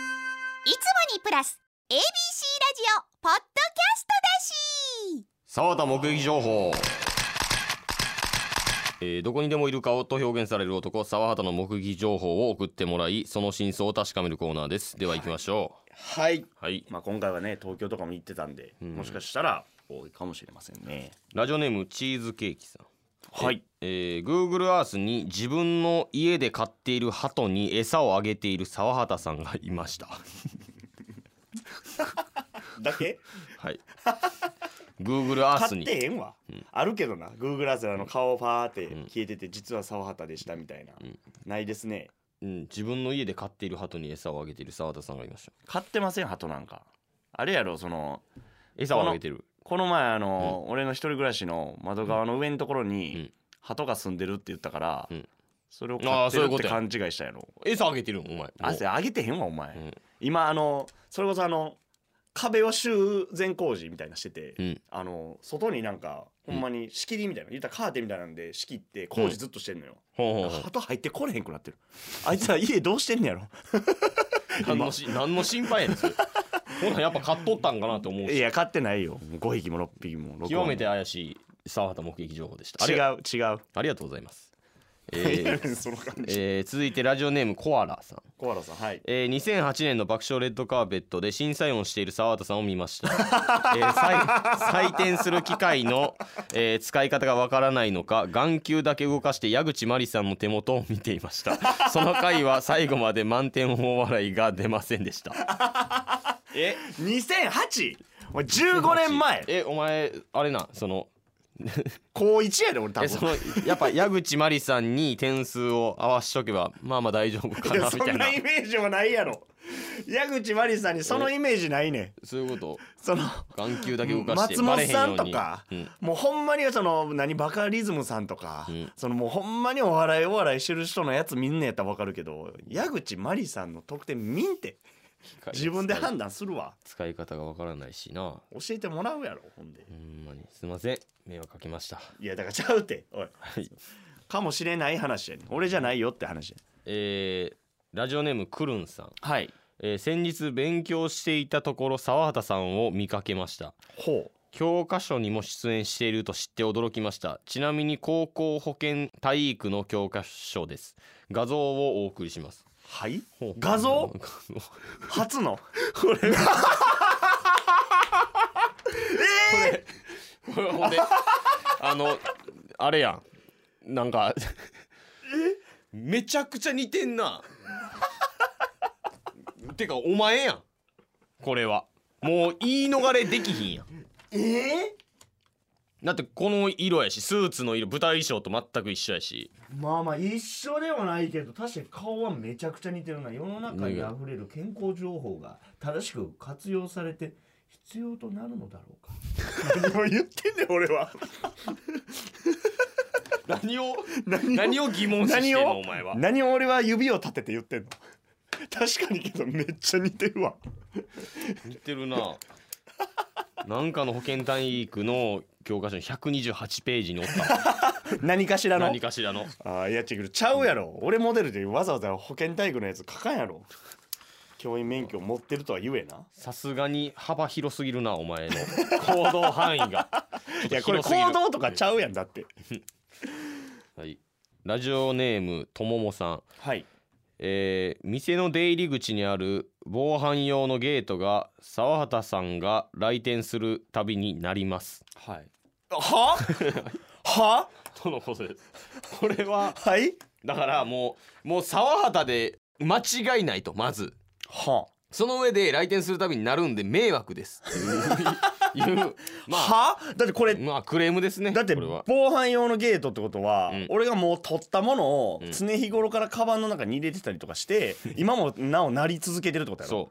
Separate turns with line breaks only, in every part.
いつもにプラス ABC ラジオポッドキャストだし
沢田目撃情報、えーどこにでもいる顔と表現される男沢畑の目撃情報を送ってもらいその真相を確かめるコーナーですでは行きましょ
はい、
うはい、
まあ、今回はね東京とかも行ってたんで、
うん
もしかしたら多いかもしれませんね
ラジオネームチーズケーキさん
はい
えー、Google Earth に自分の家で飼っている鳩に餌をあげている沢畑さんがいました
だ け
はい Google Earth
買っ
に
てへんわ、あるけどな Google アースあの顔ファーって消えてて、実は沢畑でしたみたいな、
ん
ないですね
うん、自分の家で飼っている鳩に餌をあげている沢田さんがいました
買ってません鳩なんかあれやろその
餌をあげてる
この前あの、俺の一人暮らしの窓側の上のところに、
うん
鳩が住んでるって言ったから、
うん
それを
あ
買
ー
っ
そうい
てる
うこ
っ
と
て
や
勘違いしたやろ
餌あげてるんお前
あせあげてへんわお前、
うん
今あのそれこそあの壁を修繕工事みたいなしてて、
うん
あの外になんかほんまに仕切りみたいな言ったらカーテンみたいなんで仕切って工事ずっとしてんのよ、
ほうほうほう
鳩入ってこれへんくなってるあいつら家どうしてんね やろ
何のし何の心配やねんそれほなやっぱ買っとったんかなと思う
い
し
や飼ってないよもう5匹も6匹も6匹も
極めて怪しい沢畑目撃情報でしたあ
違
りが
う違う、
ありがとうございます、えー
その感じ、
えー続いてラジオネームコアラさん、
コアラさんはい
えー2008年の爆笑レッドカーペットで審査員をしている沢畑さんを見ました、えー採採点する機械の、えー使い方がわからないのか眼球だけ動かして矢口真理さんの手元を見ていましたその回は最後まで満点大笑いが出ませんで したえ
2008? お前15年前
えお前あれなその
高1やで俺多
え
分
そのやっぱ矢口真理さんに点数を合わしとけばまあまあ大丈夫か
い
な
や
み
そ
たい
ん
な
なイメージはないやろ矢口真理さんにそのイメージないねん
そういうこと
その
眼球だけ動かして
松
バ
本
レへんよ
さ
うんに
とか
うん
もうほんまにその何バカリズムさんとか、
ん
そのもうほんまにお笑いお笑いしてる人のやつみんなやったらわかるけど矢口真理さんの得点見んて自分で判断するわ
使い方がわからないしな
教えてもらうやろほんで
ほんまにすいません迷惑かけました
いやだからちゃうておい
はい
かもしれない話やねん俺じゃないよって話や
えーラジオネームくるんさん、
はい
えー先日勉強していたところ沢畑さんを見かけました
ほ
教科書にも出演していると知って驚きましたちなみに高校保健体育の教科書です画像をお送りします
うはい
ほう
画像
画像
初の
こ れほんであのあれやんなんかめちゃくちゃ似てんなてかお前やんこれはもう言い逃れできひんやん
え
だってこの色やしスーツの色舞台衣装と全く一緒やし
まあまあ一緒ではないけど確かに顔はめちゃくちゃ似てるな世の中に
ね
あふれる健康情報が正しく活用されて必要となるのだろう か何を言ってんねん俺は
何を
何
何を疑問視してんのお前は
何を俺は指を立てて言ってんの 確かにけどめっちゃ似てるわ
似てるな なんかの保健体育の教科書の128ページにおった
何かしらの
何かしらの
ああいや違うちゃうやろ俺モデルでわざわざ保健体育のやつ書かんやろ教員免許持ってるとは言えな
さすがに幅広すぎるなお前の行動範囲が
いやこれ
広すぎる
行動とかちゃうやんだって
はいラジオネームとももさん
はい
えー店の出入り口にある防犯用のゲートが沢畑さんが来店するたびになります
はい。は？ は？
とのことですこれは
はい？
だからもうもう沢畑で間違いないとまず
は？
その上で来店するたびになるんで迷惑 ですっていういうまあ
は？だってこれ、
まあクレームですね
だって
これは
防犯用のゲートってことは、
うん
俺がもう取ったものを
うん
常日頃からカバンの中に入れてたりとかして、 今もなおなり続けてるってことや
そ
ろ。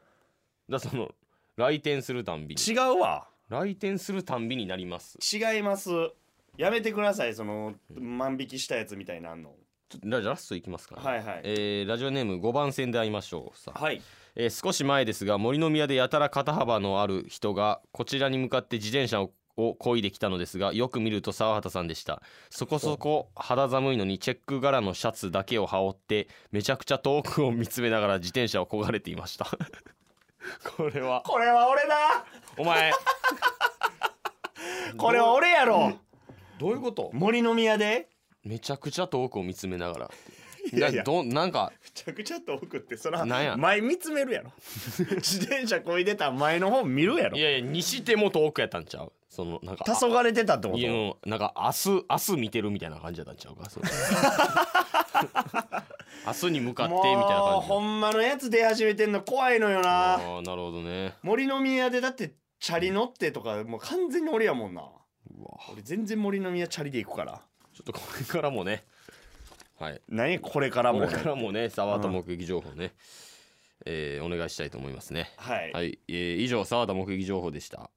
うだからその来店するたんびに
違うわ。
来店するたんびになります
違います。やめてください。その万引きしたやつみたいなの。
ちょっとララストいきますか、
はいはい
えーラジオネーム5番線で会いましょうさん、
はい。
えー少し前ですが森の宮でやたら肩幅のある人がこちらに向かって自転車をを漕いできたのですがよく見ると沢畑さんでしたそこそこ肌寒いのにチェック柄のシャツだけを羽織ってめちゃくちゃ遠くを見つめながら自転車を漕がれていました これは
これは俺だ
お前
これは俺やろ
どういうこと
森の宮で
めちゃくちゃ遠くを見つめながら
いやいや
などなんか
めちゃくちゃ遠くってそら
なんや
前見つめるやろ自転車こいでた前の方見るやろ
いやいやにしても遠くやったんちゃうそのなんか
黄昏れてたってこ
いや
と
うんなんか明日明日見てるみたいな感じだったんちゃう かそう明日に向かってみたいな
も
感
う
じ
ほんまのやつ出始めてんの怖いのよ
あ
な
ーなるほどね
森の宮でだってチャリ乗ってとかもう完全に俺やもんな
うわ
俺全然森の宮チャリで行くから
ちょっとこれからもねはい
何これから
こ
も
れからもね沢田目撃情報ね、えーお願いしたいと思いますね
はい
はい、えー以上沢田目撃情報でした